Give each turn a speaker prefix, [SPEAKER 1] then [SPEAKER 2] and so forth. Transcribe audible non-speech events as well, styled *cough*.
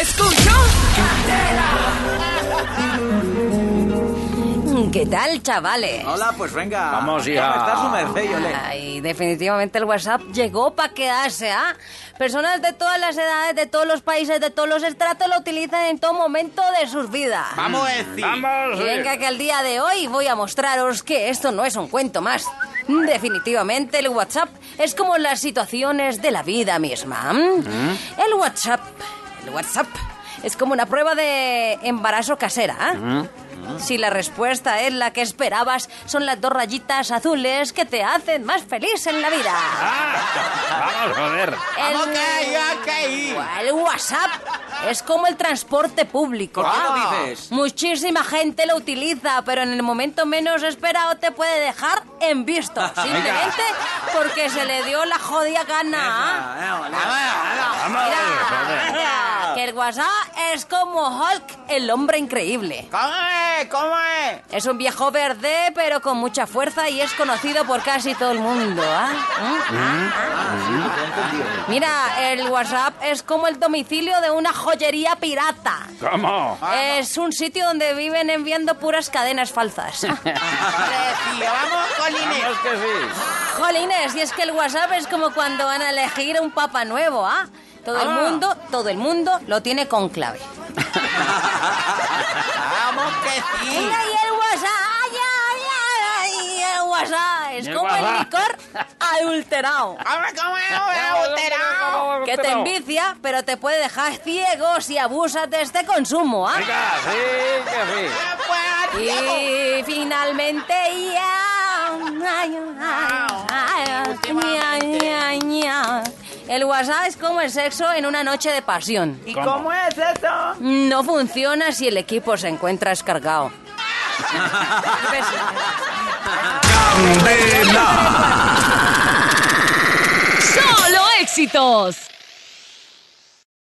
[SPEAKER 1] escucho.
[SPEAKER 2] *laughs* ¿Qué tal, chavales?
[SPEAKER 3] Hola, pues venga.
[SPEAKER 4] Vamos, hija.
[SPEAKER 3] ¿Cómo está su merced, Ah, Yole?
[SPEAKER 2] Ay, definitivamente el WhatsApp llegó para quedarse, ¿ah? Personas de todas las edades, de todos los países, de todos los estratos lo utilizan en todo momento de sus vidas.
[SPEAKER 1] Vamos a decir.
[SPEAKER 4] Vamos.
[SPEAKER 2] Y venga que al día de hoy voy a mostraros que esto no es un cuento más. Definitivamente el WhatsApp es como las situaciones de la vida misma.
[SPEAKER 1] ¿Mm?
[SPEAKER 2] El WhatsApp, el WhatsApp es como una prueba de embarazo casera.
[SPEAKER 1] ¿Mm?
[SPEAKER 2] ¿eh? Si la respuesta es la que esperabas, son las dos rayitas azules que te hacen más feliz en la vida.
[SPEAKER 4] Ah, vamos, joder.
[SPEAKER 2] El,
[SPEAKER 1] Ok, ok.
[SPEAKER 2] el WhatsApp es como el transporte público.
[SPEAKER 3] ¿Por qué lo
[SPEAKER 1] Ah.
[SPEAKER 3] dices?
[SPEAKER 2] Muchísima gente lo utiliza, pero en el momento menos esperado te puede dejar en
[SPEAKER 3] *laughs*
[SPEAKER 2] visto. Simplemente porque se le dio la jodida gana. ¿ah?
[SPEAKER 3] Ah, vale, vale.
[SPEAKER 4] Vamos,
[SPEAKER 2] Mira,
[SPEAKER 4] joder.
[SPEAKER 2] mira, que el WhatsApp es como Hulk, el hombre increíble.
[SPEAKER 1] ¿Cómo es? ¿Cómo es?
[SPEAKER 2] Es un viejo verde, pero con mucha fuerza y es conocido por casi todo el mundo. ¿ah? ¿Mm? Mira, el WhatsApp es como el domicilio de una joyería pirata.
[SPEAKER 4] ¿Cómo?
[SPEAKER 2] Es un sitio donde viven enviando puras cadenas
[SPEAKER 4] *laughs*
[SPEAKER 2] falsas.
[SPEAKER 1] Hombre, tío, vamos, Colines.
[SPEAKER 4] Vamos que sí.
[SPEAKER 2] Jolines, y es que el WhatsApp es como cuando van a elegir un papa nuevo, ¿ah? Todo el mundo, todo el mundo lo tiene con clave.
[SPEAKER 1] Vamos que
[SPEAKER 2] Mira,
[SPEAKER 1] sí.
[SPEAKER 2] y el WhatsApp, ay, ay, ay, ay, y el WhatsApp es
[SPEAKER 4] Y el
[SPEAKER 2] como el
[SPEAKER 4] WhatsApp.
[SPEAKER 2] licor
[SPEAKER 4] *laughs*
[SPEAKER 2] adulterado.
[SPEAKER 1] Hombre, ¿cómo es? Adulterado.
[SPEAKER 2] Que te envicia, pero te puede dejar ciego si abusas de este consumo, ¿ah?
[SPEAKER 4] Venga, sí, que sí.
[SPEAKER 1] Ah, pues, tío.
[SPEAKER 2] Y finalmente ya. ay, ay, ay, ña, ña, ña. El WhatsApp es como el sexo en una noche de pasión.
[SPEAKER 1] ¿Y cómo es eso?
[SPEAKER 2] No funciona si el equipo se encuentra descargado.
[SPEAKER 5] Candela.
[SPEAKER 6] ¡Solo éxitos!